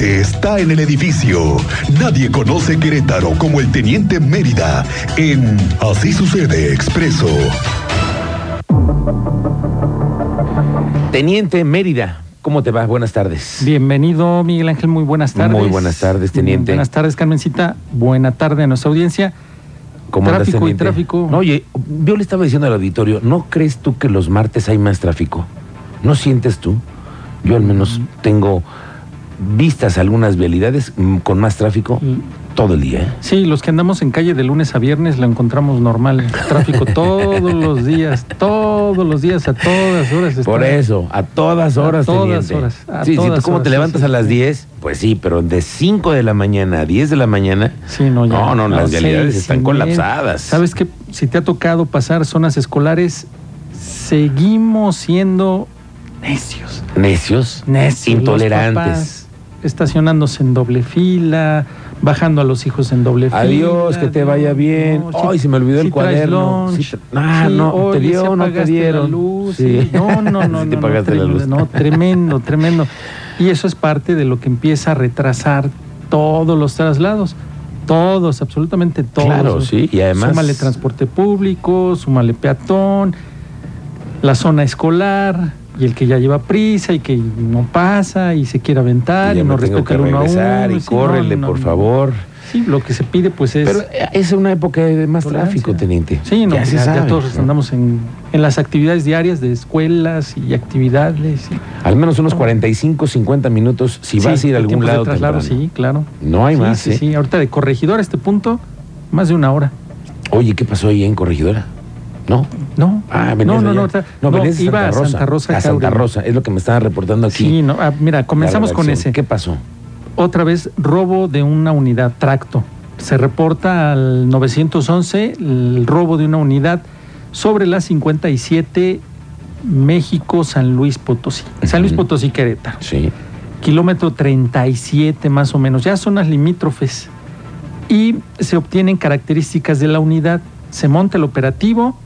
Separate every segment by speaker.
Speaker 1: está en el edificio. Nadie conoce Querétaro como el Teniente Mérida en Así sucede Expreso.
Speaker 2: Teniente Mérida, ¿cómo te va? Buenas tardes.
Speaker 3: Bienvenido, Miguel Ángel. Muy buenas tardes.
Speaker 2: Muy buenas tardes, teniente.
Speaker 3: Buenas tardes, Carmencita. Buena tarde a nuestra audiencia.
Speaker 2: ¿Cómo andas,
Speaker 3: Tráfico y
Speaker 2: teniente?
Speaker 3: tráfico.
Speaker 2: No, oye, yo le estaba diciendo al auditorio, ¿no crees tú que los martes hay más tráfico? ¿No sientes tú? Yo al menos
Speaker 3: Mm.
Speaker 2: tengo vistas algunas vialidades mm, con más tráfico
Speaker 3: Mm.
Speaker 2: todo el día. ¿eh?
Speaker 3: Sí, los que andamos en calle de lunes a viernes la encontramos normal. Tráfico todos los días, todos los días, a todas horas.
Speaker 2: Por
Speaker 3: está-
Speaker 2: eso, a todas
Speaker 3: A
Speaker 2: horas,
Speaker 3: todas
Speaker 2: teniente.
Speaker 3: horas, a
Speaker 2: sí, si
Speaker 3: todas
Speaker 2: tú como te
Speaker 3: horas,
Speaker 2: levantas
Speaker 3: sí,
Speaker 2: a las
Speaker 3: sí.
Speaker 2: 10, pues sí, pero de 5 de la mañana a 10 de la mañana,
Speaker 3: Sí, no, ya.
Speaker 2: No, no, las vialidades
Speaker 3: seis y
Speaker 2: están
Speaker 3: media.
Speaker 2: colapsadas.
Speaker 3: ¿Sabes qué? Si te ha tocado pasar zonas escolares, seguimos siendo necios.
Speaker 2: necios,
Speaker 3: necios,
Speaker 2: intolerantes.
Speaker 3: los papás Estacionándose en doble fila, bajando a los hijos en doble
Speaker 2: Adiós,
Speaker 3: fila.
Speaker 2: que te vaya
Speaker 3: no,
Speaker 2: bien.
Speaker 3: sí,
Speaker 2: Ay, se me olvidó el
Speaker 3: sí traes
Speaker 2: cuaderno.
Speaker 3: lunch,
Speaker 2: Sí tra- ah,
Speaker 3: sí,
Speaker 2: no, ¿te
Speaker 3: oye,
Speaker 2: dio
Speaker 3: sí
Speaker 2: o no te
Speaker 3: apagaste
Speaker 2: dieron?
Speaker 3: La luz,
Speaker 2: Sí.
Speaker 3: sí. No, no, no.
Speaker 2: Sí
Speaker 3: no,
Speaker 2: te
Speaker 3: no,
Speaker 2: apagaste la
Speaker 3: tremendo,
Speaker 2: luz.
Speaker 3: No, tremendo, tremendo. Y eso es parte de lo que empieza a retrasar todos los traslados. Todos, absolutamente todos.
Speaker 2: Claro, sí, y además-
Speaker 3: Súmale transporte público, súmale peatón, la zona escolar y el que ya lleva prisa y que no pasa y se quiere aventar
Speaker 2: Y
Speaker 3: y,
Speaker 2: ya
Speaker 3: no
Speaker 2: me tengo
Speaker 3: respeta
Speaker 2: que
Speaker 3: el uno a
Speaker 2: regresar
Speaker 3: uno.
Speaker 2: y
Speaker 3: sí, no,
Speaker 2: córrele,
Speaker 3: no,
Speaker 2: por
Speaker 3: no.
Speaker 2: favor.
Speaker 3: Sí, lo que se pide pues es...
Speaker 2: Pero eh, es una época de más
Speaker 3: tolerancia.
Speaker 2: tráfico, teniente.
Speaker 3: Sí, no,
Speaker 2: ya,
Speaker 3: ya,
Speaker 2: se
Speaker 3: ya
Speaker 2: sabe,
Speaker 3: todos
Speaker 2: ¿no?
Speaker 3: andamos en, en las actividades diarias de escuelas y actividades. y-
Speaker 2: Al menos unos 45, 50 minutos si
Speaker 3: Sí,
Speaker 2: vas a ir a
Speaker 3: en
Speaker 2: algún
Speaker 3: tiempos de
Speaker 2: lado.
Speaker 3: traslado,
Speaker 2: temprano.
Speaker 3: sí, claro.
Speaker 2: No hay
Speaker 3: Sí,
Speaker 2: más,
Speaker 3: sí,
Speaker 2: ¿eh?
Speaker 3: sí. Ahorita de corregidor a este punto, más de una hora.
Speaker 2: Oye, ¿qué pasó ahí en Corregidora? No.
Speaker 3: No,
Speaker 2: Ah,
Speaker 3: no,
Speaker 2: venías
Speaker 3: no,
Speaker 2: allá.
Speaker 3: no, ahorita-
Speaker 2: no,
Speaker 3: no,
Speaker 2: venías de
Speaker 3: iba a Santa Rosa.
Speaker 2: A Santa
Speaker 3: Jáuregui.
Speaker 2: Rosa, es lo que me estaban reportando aquí.
Speaker 3: Sí, no, ah, mira, comenzamos
Speaker 2: la
Speaker 3: con
Speaker 2: redacción.
Speaker 3: ese.
Speaker 2: ¿Qué pasó?
Speaker 3: Otra vez, robo de una unidad, tracto. Se reporta al 911 el robo de una unidad sobre la 57 México-San Luis Potosí. San Luis
Speaker 2: Ujú.
Speaker 3: Potosí, Querétaro.
Speaker 2: Sí.
Speaker 3: kilómetro 37 más o menos, ya zonas limítrofes. Y se obtienen características de la unidad, se monta el operativo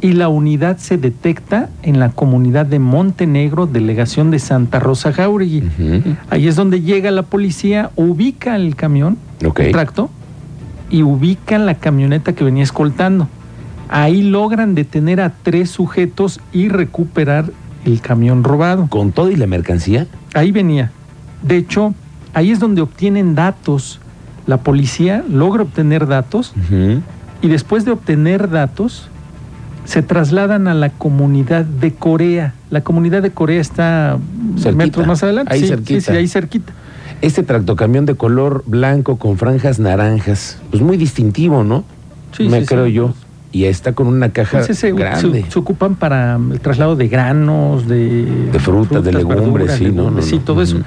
Speaker 3: y la unidad se detecta en la comunidad de Montenegro, delegación de Santa Rosa Jauregui.
Speaker 2: Ujú.
Speaker 3: Ahí es donde llega la policía, ubica el camión,
Speaker 2: Ok.
Speaker 3: el tracto, y ubican la camioneta que venía escoltando. Ahí logran detener a tres sujetos y recuperar el camión robado.
Speaker 2: ¿Con todo y la mercancía?
Speaker 3: Ahí venía. De hecho, ahí es donde obtienen datos. La policía logra obtener datos
Speaker 2: Ujú.
Speaker 3: y después de obtener datos se trasladan a la comunidad de Corea. La comunidad de Corea está
Speaker 2: Cerquita.
Speaker 3: metros más adelante.
Speaker 2: Ahí
Speaker 3: sí,
Speaker 2: cerquita.
Speaker 3: sí, sí, ahí cerquita.
Speaker 2: Este tractocamión de color blanco con franjas naranjas, pues muy distintivo, ¿no?
Speaker 3: Sí,
Speaker 2: Me
Speaker 3: sí, sí.
Speaker 2: creo yo. Y está con una caja
Speaker 3: Entonces, Pues se,
Speaker 2: grande.
Speaker 3: se- se ocupan para mm, el traslado de granos, de,
Speaker 2: De frutas, de legumbres, sí, no, no,
Speaker 3: legumbres,
Speaker 2: no.
Speaker 3: sí, todo eso.
Speaker 2: Ujú.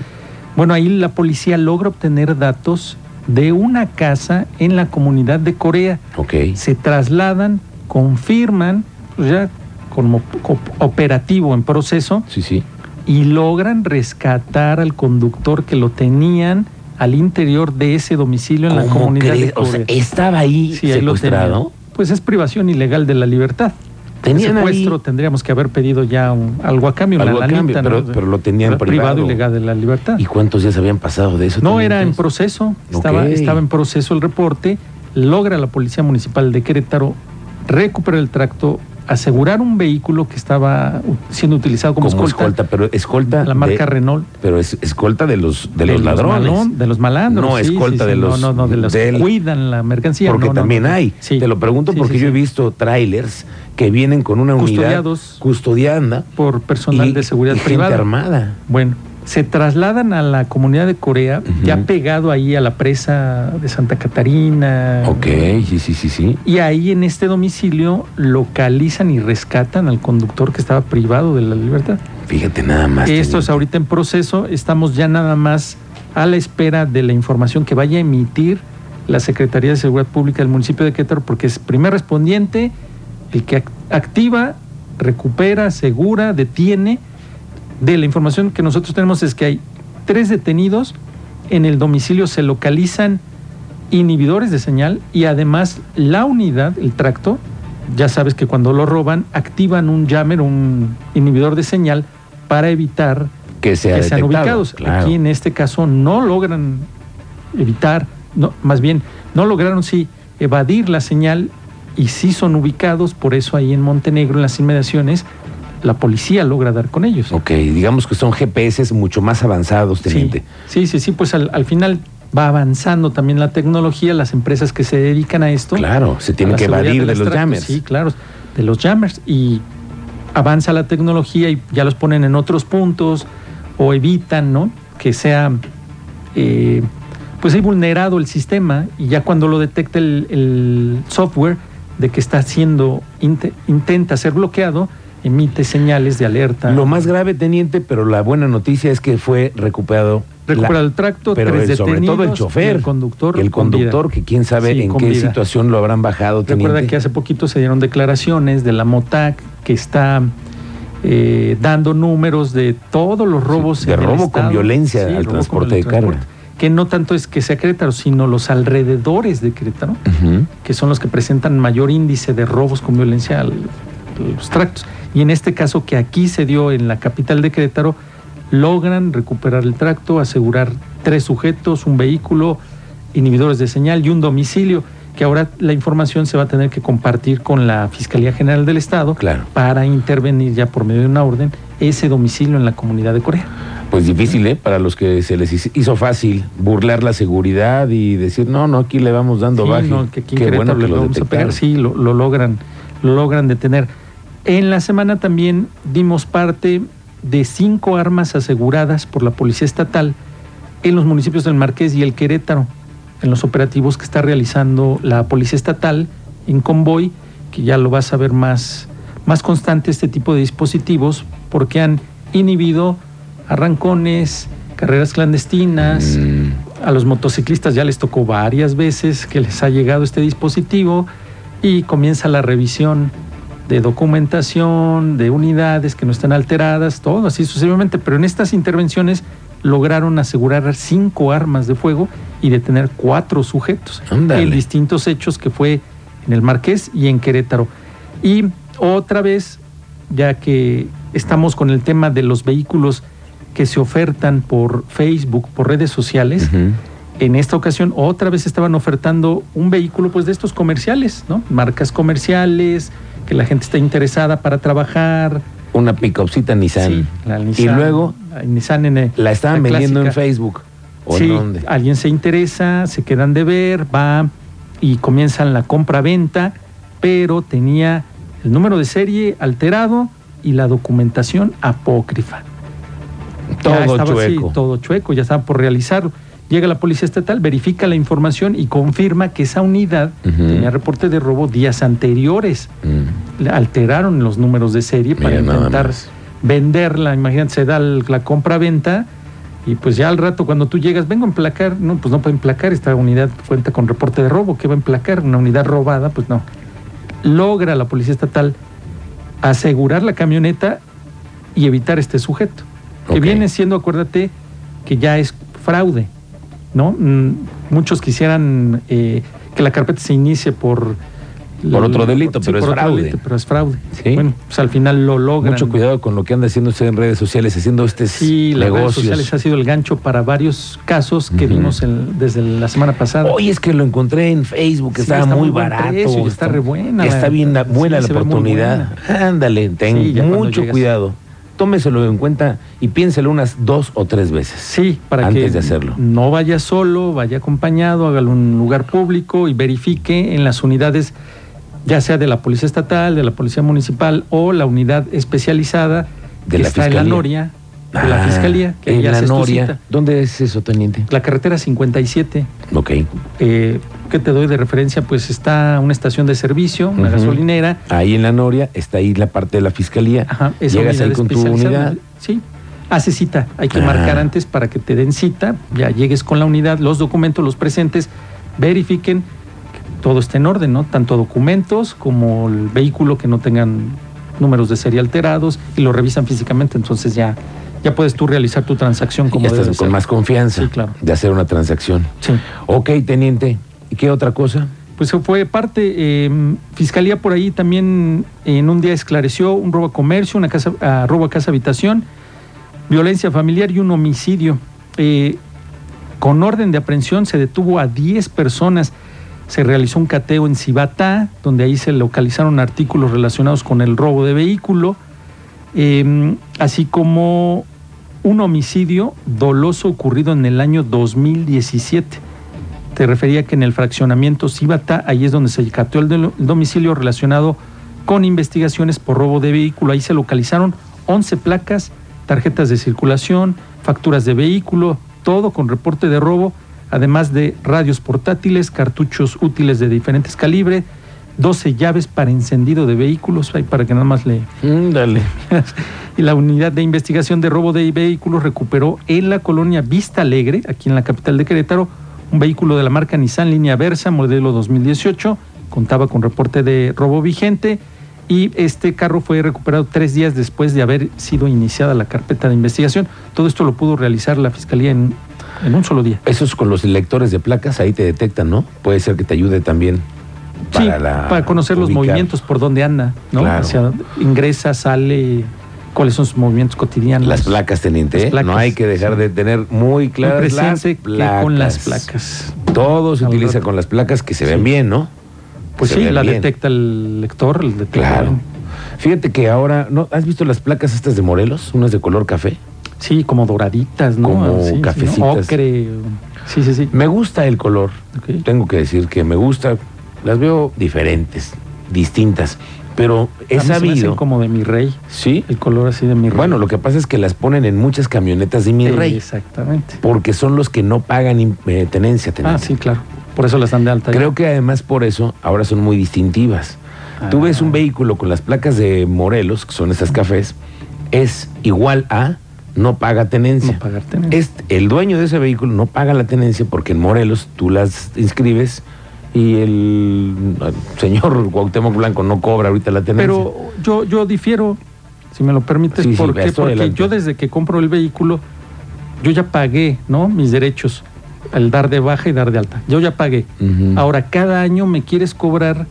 Speaker 3: Bueno, ahí la policía logra obtener datos de una casa en la comunidad de Corea.
Speaker 2: ok.
Speaker 3: se trasladan, confirman, pues ya como co- operativo en proceso,
Speaker 2: Sí, sí.
Speaker 3: y logran rescatar al conductor que lo tenían al interior de ese domicilio en la
Speaker 2: ¿Cómo
Speaker 3: comunidad
Speaker 2: crees?
Speaker 3: de
Speaker 2: O sea,
Speaker 3: Corea.
Speaker 2: estaba ahí
Speaker 3: Sí, ahí lo
Speaker 2: secuestrado.
Speaker 3: tenían. Pues es privación ilegal de la libertad. El
Speaker 2: Tenían ahí-
Speaker 3: secuestro tendríamos que haber pedido ya un- algo a cambio, una
Speaker 2: Algo a
Speaker 3: lanita,
Speaker 2: cambio, pero-
Speaker 3: ¿no?
Speaker 2: pero lo tenían
Speaker 3: Era
Speaker 2: privado.
Speaker 3: ilegal de la libertad.
Speaker 2: ¿Y cuántos días habían pasado de eso?
Speaker 3: No,
Speaker 2: teniente?
Speaker 3: era en proceso, estaba,
Speaker 2: Ok.
Speaker 3: estaba en proceso el reporte, logra la Policía Municipal de Querétaro recuperar el tracto, asegurar un vehículo que estaba u- siendo utilizado como,
Speaker 2: Como escolta,
Speaker 3: escolta,
Speaker 2: pero escolta.
Speaker 3: la marca
Speaker 2: de-
Speaker 3: Renault.
Speaker 2: Pero es escolta de los, de los
Speaker 3: los
Speaker 2: ladrones.
Speaker 3: malón- de los malandros.
Speaker 2: No
Speaker 3: sí,
Speaker 2: escolta
Speaker 3: sí,
Speaker 2: de
Speaker 3: sí, no,
Speaker 2: los-
Speaker 3: No, no, de los
Speaker 2: del-
Speaker 3: que cuidan la mercancía.
Speaker 2: Porque
Speaker 3: ah, no, no,
Speaker 2: también
Speaker 3: no.
Speaker 2: hay.
Speaker 3: Sí.
Speaker 2: Te lo pregunto
Speaker 3: Sí,
Speaker 2: porque
Speaker 3: sí,
Speaker 2: yo he
Speaker 3: sí.
Speaker 2: visto trailers que vienen con una unidad
Speaker 3: Custodiados.
Speaker 2: custodiada
Speaker 3: Por personal
Speaker 2: y-
Speaker 3: de seguridad
Speaker 2: y gente
Speaker 3: privada.
Speaker 2: armada.
Speaker 3: Bueno, se trasladan a la comunidad de Corea, ya
Speaker 2: Ujú.
Speaker 3: pegado ahí a la presa de Santa Catarina.
Speaker 2: Ok, sí, sí, sí, sí.
Speaker 3: Y ahí en este domicilio localizan y rescatan al conductor que estaba privado de la libertad.
Speaker 2: Fíjate nada más.
Speaker 3: Esto es
Speaker 2: teniente.
Speaker 3: ahorita en proceso, estamos ya nada más a la espera de la información que vaya a emitir la Secretaría de Seguridad Pública del municipio de Querétaro, porque es primer respondiente, el que ac- activa, recupera, asegura, detiene. De la información que nosotros tenemos es que hay tres detenidos, en el domicilio se localizan inhibidores de señal y además la unidad, el tracto, ya sabes que cuando lo roban activan un jammer, un inhibidor de señal para evitar
Speaker 2: que sea
Speaker 3: que sean
Speaker 2: detectado,
Speaker 3: ubicados.
Speaker 2: claro.
Speaker 3: Aquí en este caso no logran evitar, no, más bien, no lograron sí evadir la señal y sí son ubicados, por eso ahí en Montenegro, en las inmediaciones, la policía logra dar con ellos.
Speaker 2: Ok, digamos que son GPS mucho más avanzados, teniente.
Speaker 3: Sí, sí, sí, sí, pues al, al final va avanzando también la tecnología, las empresas que se dedican a esto.
Speaker 2: Claro, se tienen
Speaker 3: a la
Speaker 2: que
Speaker 3: seguridad
Speaker 2: evadir
Speaker 3: del
Speaker 2: de los
Speaker 3: extracto,
Speaker 2: jammers.
Speaker 3: Sí, claro, de los jammers. Y avanza la tecnología y ya los ponen en otros puntos o evitan, ¿no? Que sea, eh, pues hay vulnerado el sistema y ya cuando lo detecta el, el software de que está siendo, inte- intenta ser bloqueado, emite señales de alerta.
Speaker 2: Lo más grave, teniente, pero la buena noticia es que fue recuperado.
Speaker 3: Recupera
Speaker 2: la-
Speaker 3: el tracto,
Speaker 2: pero
Speaker 3: tres
Speaker 2: el- sobre todo el
Speaker 3: detenidos y
Speaker 2: chofer.
Speaker 3: el conductor
Speaker 2: El
Speaker 3: con vida.
Speaker 2: conductor, que quién sabe
Speaker 3: Sí,
Speaker 2: en
Speaker 3: con
Speaker 2: qué
Speaker 3: vida.
Speaker 2: situación lo habrán bajado, teniente.
Speaker 3: Recuerda que hace poquito se dieron declaraciones de la MOTAC que está eh, dando números de todos los robos.
Speaker 2: Sí, de
Speaker 3: en el
Speaker 2: robo con
Speaker 3: estado.
Speaker 2: violencia al
Speaker 3: robo con
Speaker 2: transporte de carga.
Speaker 3: Que no tanto es que sea Querétaro, sino los alrededores de Querétaro,
Speaker 2: Ujú.
Speaker 3: que son los que presentan mayor índice de robos con violencia al- a los tractos. Y en este caso que aquí se dio en la capital de Querétaro, logran recuperar el tracto, asegurar tres sujetos, un vehículo, inhibidores de señal y un domicilio, que ahora la información se va a tener que compartir con la Fiscalía General del Estado
Speaker 2: Claro.
Speaker 3: para intervenir ya por medio de una orden ese domicilio en la comunidad de Corea.
Speaker 2: Pues difícil, ¿eh? Para los que se les hizo- hizo fácil burlar la seguridad y decir, no, no, aquí le vamos dando
Speaker 3: Sí,
Speaker 2: baje.
Speaker 3: no, que aquí en
Speaker 2: Qué
Speaker 3: Querétaro
Speaker 2: bueno que
Speaker 3: les
Speaker 2: lo
Speaker 3: vamos a
Speaker 2: detectaron.
Speaker 3: pegar. Sí, lo, lo logran, lo logran detener. En la semana también dimos parte de cinco armas aseguradas por la Policía Estatal en los municipios del Marqués y el Querétaro, en los operativos que está realizando la Policía Estatal en convoy, que ya lo vas a ver más, más constante este tipo de dispositivos, porque han inhibido arrancones, carreras clandestinas,
Speaker 2: Mm.
Speaker 3: a los motociclistas ya les tocó varias veces que les ha llegado este dispositivo y comienza la revisión de documentación, de unidades que no están alteradas, todo así sucesivamente. Pero en estas intervenciones lograron asegurar cinco armas de fuego y detener cuatro sujetos
Speaker 2: Ándale.
Speaker 3: en distintos hechos que fue en el Marqués y en Querétaro. Y otra vez, ya que estamos con el tema de los vehículos que se ofertan por Facebook, por redes sociales,
Speaker 2: Ujú.
Speaker 3: en esta ocasión otra vez estaban ofertando un vehículo pues de estos comerciales, ¿no? Marcas comerciales, que la gente está interesada para trabajar.
Speaker 2: Una pick-upcita Nissan.
Speaker 3: Sí, la
Speaker 2: Y
Speaker 3: Nissan,
Speaker 2: luego
Speaker 3: la Nissan N-
Speaker 2: la estaban
Speaker 3: la
Speaker 2: vendiendo en
Speaker 3: clásica.
Speaker 2: Facebook. ¿O
Speaker 3: Sí, ah,
Speaker 2: en dónde?
Speaker 3: alguien se interesa, se quedan de ver, va y comienzan la compra-venta, pero tenía el número de serie alterado y la documentación apócrifa. Ya
Speaker 2: Todo
Speaker 3: estaba así,
Speaker 2: chueco.
Speaker 3: todo chueco, ya estaba por realizarlo. Llega la policía estatal, verifica la información y confirma que esa unidad
Speaker 2: Ujú.
Speaker 3: tenía reporte de robo días anteriores.
Speaker 2: Mm.
Speaker 3: Le alteraron los números de serie para
Speaker 2: Mira nada
Speaker 3: intentar
Speaker 2: más.
Speaker 3: venderla. Imagínate, se da el- la compra-venta y pues ya al rato cuando tú llegas, vengo a emplacar, no, pues no puede emplacar, esta unidad cuenta con reporte de robo, ¿qué va a emplacar? Una unidad robada, pues no. Logra la policía estatal asegurar la camioneta y evitar este sujeto. Que
Speaker 2: Ok.
Speaker 3: viene siendo, acuérdate, que ya es fraude, ¿no? Mm, muchos quisieran eh, que la carpeta se inicie por...
Speaker 2: Por otro delito, pero es
Speaker 3: por otro
Speaker 2: fraude.
Speaker 3: pero es fraude.
Speaker 2: Sí.
Speaker 3: Bueno, pues al final lo logran.
Speaker 2: Mucho cuidado con lo que anda haciendo usted en redes sociales, haciendo este
Speaker 3: Sí, las redes
Speaker 2: negocios.
Speaker 3: sociales ha sido el gancho para varios casos que
Speaker 2: Ujú.
Speaker 3: vimos en- desde la semana pasada.
Speaker 2: Hoy es que lo encontré en Facebook,
Speaker 3: Sí,
Speaker 2: estaba
Speaker 3: está
Speaker 2: muy
Speaker 3: muy buen
Speaker 2: barato.
Speaker 3: precio y está re buena la-
Speaker 2: Está bien la-
Speaker 3: sí,
Speaker 2: buena la
Speaker 3: se ve muy
Speaker 2: oportunidad. Ándale, ten
Speaker 3: Sí, ya cuando
Speaker 2: mucho
Speaker 3: llegas.
Speaker 2: cuidado. Tómeselo en cuenta y piénselo unas dos o tres veces.
Speaker 3: Sí, para
Speaker 2: Antes
Speaker 3: que
Speaker 2: de hacerlo.
Speaker 3: no vaya solo, vaya acompañado, hágalo en un lugar público y verifique en las unidades, ya sea de la Policía Estatal, de la Policía Municipal o la unidad especializada
Speaker 2: De
Speaker 3: que
Speaker 2: la
Speaker 3: está en
Speaker 2: Fiscalía.
Speaker 3: la Noria, de la
Speaker 2: Ah,
Speaker 3: Fiscalía, que
Speaker 2: en
Speaker 3: ya
Speaker 2: la
Speaker 3: haces tu
Speaker 2: Noria.
Speaker 3: cita.
Speaker 2: ¿Dónde es eso, teniente?
Speaker 3: La carretera 57,
Speaker 2: Ok.
Speaker 3: eh, que te doy de referencia, pues está una estación de servicio, una
Speaker 2: Ujú.
Speaker 3: gasolinera.
Speaker 2: Ahí en la Noria está ahí la parte de la fiscalía.
Speaker 3: Ajá, esa
Speaker 2: Llegas ahí
Speaker 3: unidad
Speaker 2: con tu
Speaker 3: especializada,
Speaker 2: unidad.
Speaker 3: Sí. Hace cita, hay que
Speaker 2: Ah.
Speaker 3: marcar antes para que te den cita, ya llegues con la unidad, los documentos, los presentes, verifiquen que todo esté en orden, ¿no? Tanto documentos como el vehículo que no tengan números de serie alterados y lo revisan físicamente, entonces ya, ya puedes tú realizar tu transacción
Speaker 2: Y
Speaker 3: como
Speaker 2: ya
Speaker 3: debe
Speaker 2: estás
Speaker 3: de
Speaker 2: con
Speaker 3: ser.
Speaker 2: más confianza
Speaker 3: Sí, claro.
Speaker 2: de hacer una transacción.
Speaker 3: Sí.
Speaker 2: Ok, teniente. ¿Y qué otra cosa?
Speaker 3: Pues se fue parte, eh, Fiscalía por ahí también en un día esclareció un robo a comercio, una casa, a robo a casa habitación, violencia familiar y un homicidio. Eh, con orden de aprehensión se detuvo a 10 personas. Se realizó un cateo en Cibatá, donde ahí se localizaron artículos relacionados con el robo de vehículo, eh, así como un homicidio doloso ocurrido en el año 2017. Te refería que en el fraccionamiento Cibatá, ahí es donde se cateó el, do- el domicilio relacionado con investigaciones por robo de vehículo. Ahí se localizaron 11 placas, tarjetas de circulación, facturas de vehículo, todo con reporte de robo, además de radios portátiles, cartuchos útiles de diferentes calibres, 12 llaves para encendido de vehículos, ahí para que nada más le
Speaker 2: Mm, dale.
Speaker 3: y la unidad de investigación de robo de vehículos recuperó en la colonia Vista Alegre, aquí en la capital de Querétaro, un vehículo de la marca Nissan Línea Versa, modelo 2018, contaba con reporte de robo vigente y este carro fue recuperado tres días después de haber sido iniciada la carpeta de investigación. Todo esto lo pudo realizar la fiscalía en, en un solo día.
Speaker 2: Esos con los lectores de placas ahí te detectan, ¿no? Puede ser que te ayude también para
Speaker 3: sí,
Speaker 2: la-
Speaker 3: para conocer los
Speaker 2: ubicar.
Speaker 3: movimientos, por dónde anda, ¿no?
Speaker 2: Claro.
Speaker 3: Hacia dónde ingresa, sale, cuáles son sus movimientos cotidianos.
Speaker 2: Las placas, teniente.
Speaker 3: Las
Speaker 2: ¿eh?
Speaker 3: placas,
Speaker 2: no hay que dejar
Speaker 3: sí.
Speaker 2: de tener muy
Speaker 3: Muy
Speaker 2: claras las
Speaker 3: presente que
Speaker 2: placas.
Speaker 3: con las placas.
Speaker 2: Todo se
Speaker 3: Al
Speaker 2: utiliza
Speaker 3: rato.
Speaker 2: con las placas que se
Speaker 3: Sí.
Speaker 2: ven bien, ¿no?
Speaker 3: Pues
Speaker 2: Se
Speaker 3: sí,
Speaker 2: ven
Speaker 3: la
Speaker 2: bien.
Speaker 3: detecta el lector, el detecta.
Speaker 2: Claro. Fíjate que ahora, ¿no? ¿has visto las placas estas de Morelos? Unas de color café.
Speaker 3: Sí, como doraditas, ¿no?
Speaker 2: Como
Speaker 3: Sí, sí, ¿no?
Speaker 2: cafecitas.
Speaker 3: Ocre. Sí, sí, sí.
Speaker 2: Me gusta el color.
Speaker 3: Ok.
Speaker 2: Tengo que decir que me gusta. Las veo diferentes, distintas. Pero he
Speaker 3: A mí se me
Speaker 2: sabido.
Speaker 3: hacen como de mi rey,
Speaker 2: Sí.
Speaker 3: el color así de mi rey.
Speaker 2: Bueno, lo que pasa es que las ponen en muchas camionetas de mi
Speaker 3: Sí,
Speaker 2: rey.
Speaker 3: Exactamente.
Speaker 2: Porque son los que no pagan im- eh, tenencia,
Speaker 3: Ah,
Speaker 2: tenencia.
Speaker 3: sí, claro. Por eso las dan de alta.
Speaker 2: Creo que además por eso ahora son muy distintivas. Tú
Speaker 3: Ah.
Speaker 2: ves un vehículo con las placas de Morelos, que son estas cafés, es igual a no paga tenencia.
Speaker 3: No pagar tenencia.
Speaker 2: Este- el dueño de ese vehículo no paga la tenencia porque en Morelos tú las inscribes y el eh, señor Cuauhtémoc Blanco no cobra ahorita la tenencia.
Speaker 3: Pero yo, yo difiero, si me lo permites,
Speaker 2: Sí, sí,
Speaker 3: ¿por qué?
Speaker 2: estoy
Speaker 3: porque
Speaker 2: adelante.
Speaker 3: yo desde que compro el vehículo, yo ya pagué, ¿no? Mis derechos, el dar de baja y dar de alta. Yo ya pagué.
Speaker 2: Ujú.
Speaker 3: Ahora, cada año me quieres cobrar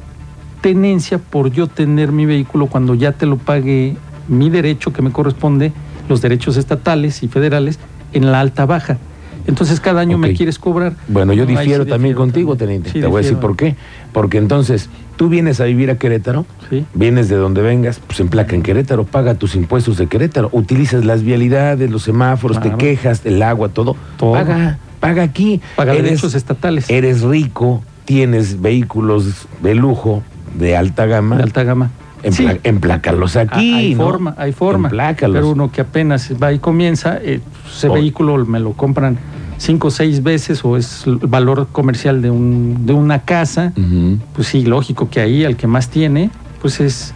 Speaker 3: tenencia por yo tener mi vehículo cuando ya te lo pagué mi derecho que me corresponde, los derechos estatales y federales, en la alta baja. Entonces cada año me
Speaker 2: Ok.
Speaker 3: quieres cobrar.
Speaker 2: Bueno, yo
Speaker 3: No, ahí sí
Speaker 2: difiero también
Speaker 3: difiero
Speaker 2: contigo,
Speaker 3: también.
Speaker 2: teniente.
Speaker 3: Sí,
Speaker 2: Te voy a decir
Speaker 3: difiero.
Speaker 2: por qué. Porque entonces, tú vienes a vivir a Querétaro,
Speaker 3: Sí.
Speaker 2: vienes de donde vengas, pues emplaca en Querétaro, paga tus impuestos de Querétaro, utilizas las vialidades, los semáforos,
Speaker 3: Claro.
Speaker 2: te quejas, el agua, todo.
Speaker 3: Todo.
Speaker 2: Paga, paga aquí.
Speaker 3: Paga
Speaker 2: Eres-
Speaker 3: derechos estatales
Speaker 2: Eres rico, tienes vehículos de lujo, de alta gama.
Speaker 3: de alta gama.
Speaker 2: empla-
Speaker 3: Sí.
Speaker 2: Emplácalos aquí.
Speaker 3: Ah, hay
Speaker 2: ¿no?
Speaker 3: forma, hay forma.
Speaker 2: Emplácalos.
Speaker 3: Pero uno que apenas va y comienza, eh, ese
Speaker 2: Oh.
Speaker 3: vehículo me lo compran cinco o seis veces o es el valor comercial de, un, de una casa.
Speaker 2: Ujú.
Speaker 3: Pues sí, lógico que ahí al que más tiene, pues es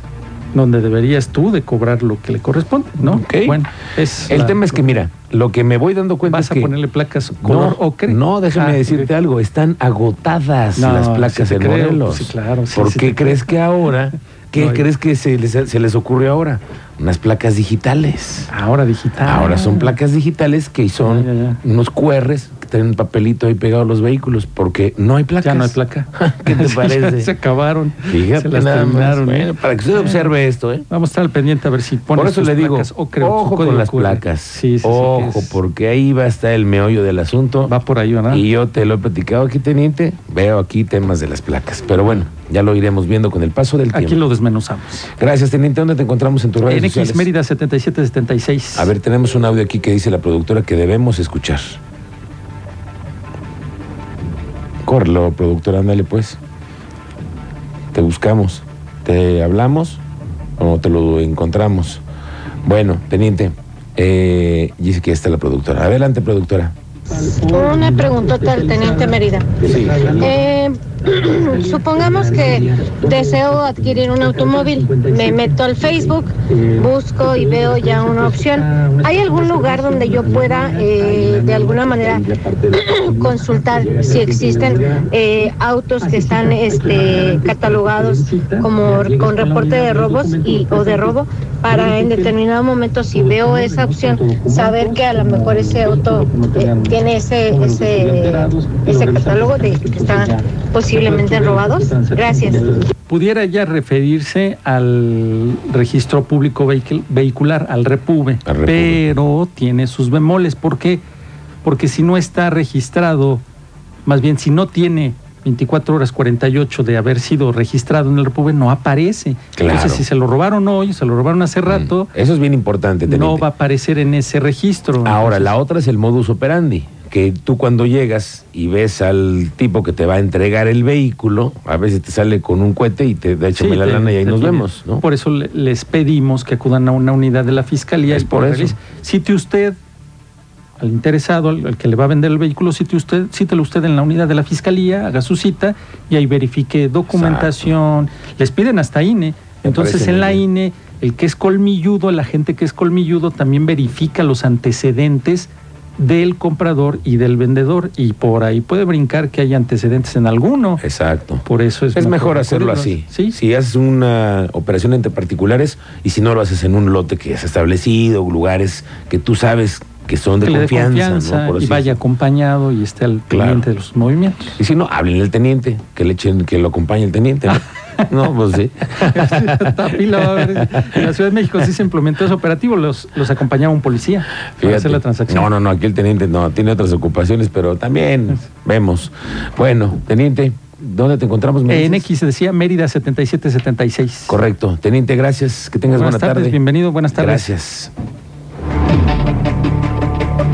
Speaker 3: donde deberías tú de cobrar lo que le corresponde, ¿no?
Speaker 2: Ok.
Speaker 3: Bueno, es
Speaker 2: El
Speaker 3: la-
Speaker 2: tema es que, mira, lo que me voy dando cuenta
Speaker 3: vas
Speaker 2: es que.
Speaker 3: a ponerle placas color
Speaker 2: no,
Speaker 3: ocre.
Speaker 2: No, déjame
Speaker 3: Ah,
Speaker 2: decirte
Speaker 3: ok.
Speaker 2: algo. Están agotadas
Speaker 3: No,
Speaker 2: las placas
Speaker 3: sí te
Speaker 2: en
Speaker 3: creo,
Speaker 2: Morelos.
Speaker 3: sí, claro, sí,
Speaker 2: ¿Por
Speaker 3: sí
Speaker 2: qué
Speaker 3: te
Speaker 2: crees que ahora, qué
Speaker 3: No, y-
Speaker 2: crees que se les, se les ocurre ahora? Unas placas digitales.
Speaker 3: Ahora digital.
Speaker 2: Ahora son placas digitales que son
Speaker 3: Ah. Ya, ya, ya.
Speaker 2: unos QRs que tienen un papelito ahí pegado a los vehículos porque no hay placas.
Speaker 3: Ya no hay placa.
Speaker 2: ¿Qué te parece?
Speaker 3: se acabaron.
Speaker 2: Fíjate,
Speaker 3: se las
Speaker 2: nada más.
Speaker 3: terminaron. ¿eh?
Speaker 2: Bueno, para que usted observe esto, ¿eh?
Speaker 3: Vamos a estar al pendiente a ver si pones
Speaker 2: Por eso
Speaker 3: tus
Speaker 2: le digo,
Speaker 3: placas Oh, ocre o tu
Speaker 2: ojo con
Speaker 3: código
Speaker 2: las
Speaker 3: QR.
Speaker 2: placas.
Speaker 3: Sí, sí, sí, que
Speaker 2: ojo,
Speaker 3: es-
Speaker 2: porque ahí va a estar el meollo del asunto.
Speaker 3: va por ahí, ¿verdad?
Speaker 2: Y yo te lo he platicado aquí, teniente. Veo aquí temas de las placas. Pero bueno, ya lo iremos viendo con el paso del
Speaker 3: Aquí
Speaker 2: tiempo.
Speaker 3: lo desmenuzamos.
Speaker 2: Gracias, teniente. ¿Dónde te encontramos en tus redes
Speaker 3: En X
Speaker 2: sociales?
Speaker 3: Mérida 7776.
Speaker 2: A ver, tenemos un audio aquí que dice la productora que debemos escuchar. Correlo, productora, ándale pues. Te buscamos, te hablamos o te lo encontramos. Bueno, teniente, eh, dice que ya está la productora. Adelante, productora.
Speaker 4: Una preguntota al teniente Mérida.
Speaker 2: Sí.
Speaker 4: Eh, supongamos que deseo adquirir un automóvil. Me meto al Facebook, busco y veo ya una opción. ¿Hay algún lugar donde yo pueda eh, de alguna manera consultar si existen eh, autos que están este, catalogados como con reporte de robos y o de robo para en determinado momento si veo esa opción saber que a lo mejor ese auto eh, tiene ese ese ese catálogo de que están posiblemente robados gracias
Speaker 3: pudiera ya referirse al registro público vehicul- vehicular, al REPUBE,
Speaker 2: Al Repube.
Speaker 3: pero tiene sus bemoles. ¿Por qué? Porque si no está registrado, más bien si no tiene 24 horas 48 de haber sido registrado en el REPUBE, no aparece.
Speaker 2: Claro.
Speaker 3: Entonces, si se lo robaron hoy, se lo robaron hace rato,
Speaker 2: Mm. Eso es bien importante, teniente.
Speaker 3: no va a aparecer en ese registro.
Speaker 2: Ahora,
Speaker 3: Entonces,
Speaker 2: la otra es el modus operandi, que tú cuando llegas y ves al tipo que te va a entregar el vehículo, a veces te sale con un cohete y te da échame
Speaker 3: Sí,
Speaker 2: la
Speaker 3: te-
Speaker 2: lana y ahí
Speaker 3: te
Speaker 2: nos
Speaker 3: piden.
Speaker 2: vemos, ¿no?
Speaker 3: Por eso le- les pedimos que acudan a una unidad de la fiscalía.
Speaker 2: Es
Speaker 3: y
Speaker 2: por eso.
Speaker 3: realice- Cite usted al interesado, al, al que le va a vender el vehículo, cite usted, cítelo usted en la unidad de la fiscalía, haga su cita y ahí verifique documentación. Les piden hasta INE.
Speaker 2: Me
Speaker 3: Entonces,
Speaker 2: parece
Speaker 3: en
Speaker 2: muy
Speaker 3: la
Speaker 2: bien.
Speaker 3: INE, el que es colmilludo, la gente que es colmilludo, también verifica los antecedentes del comprador y del vendedor. Y por ahí puede brincar que hay antecedentes en alguno.
Speaker 2: Exacto.
Speaker 3: Por eso es,
Speaker 2: Es mejor hacerlo así.
Speaker 3: Sí,
Speaker 2: Si haces una operación entre particulares y si no lo haces en un lote que has establecido, lugares que tú sabes que son de
Speaker 3: que le dé
Speaker 2: confianza, ¿no? Por
Speaker 3: confianza y
Speaker 2: así
Speaker 3: vaya acompañado y esté al
Speaker 2: Claro.
Speaker 3: pendiente de los movimientos.
Speaker 2: Y si no, háblenle al teniente, que le echen, que lo acompañe el teniente. ¿no?
Speaker 3: Ah.
Speaker 2: no, pues sí.
Speaker 3: Hasta aquí la va a ver. En la Ciudad de México sí se implementó ese operativo, los, los acompañaba un policía para
Speaker 2: Fíjate.
Speaker 3: hacer la transacción.
Speaker 2: No, no, no, aquí el teniente no, tiene otras ocupaciones, pero también vemos. Bueno, teniente, ¿dónde te encontramos? me
Speaker 3: en
Speaker 2: dices?
Speaker 3: X se decía Mérida 7776.
Speaker 2: Correcto. Teniente, gracias. Que tengas
Speaker 3: Buenas
Speaker 2: buena
Speaker 3: tardes,
Speaker 2: tarde.
Speaker 3: bienvenido, buenas tardes.
Speaker 2: Gracias.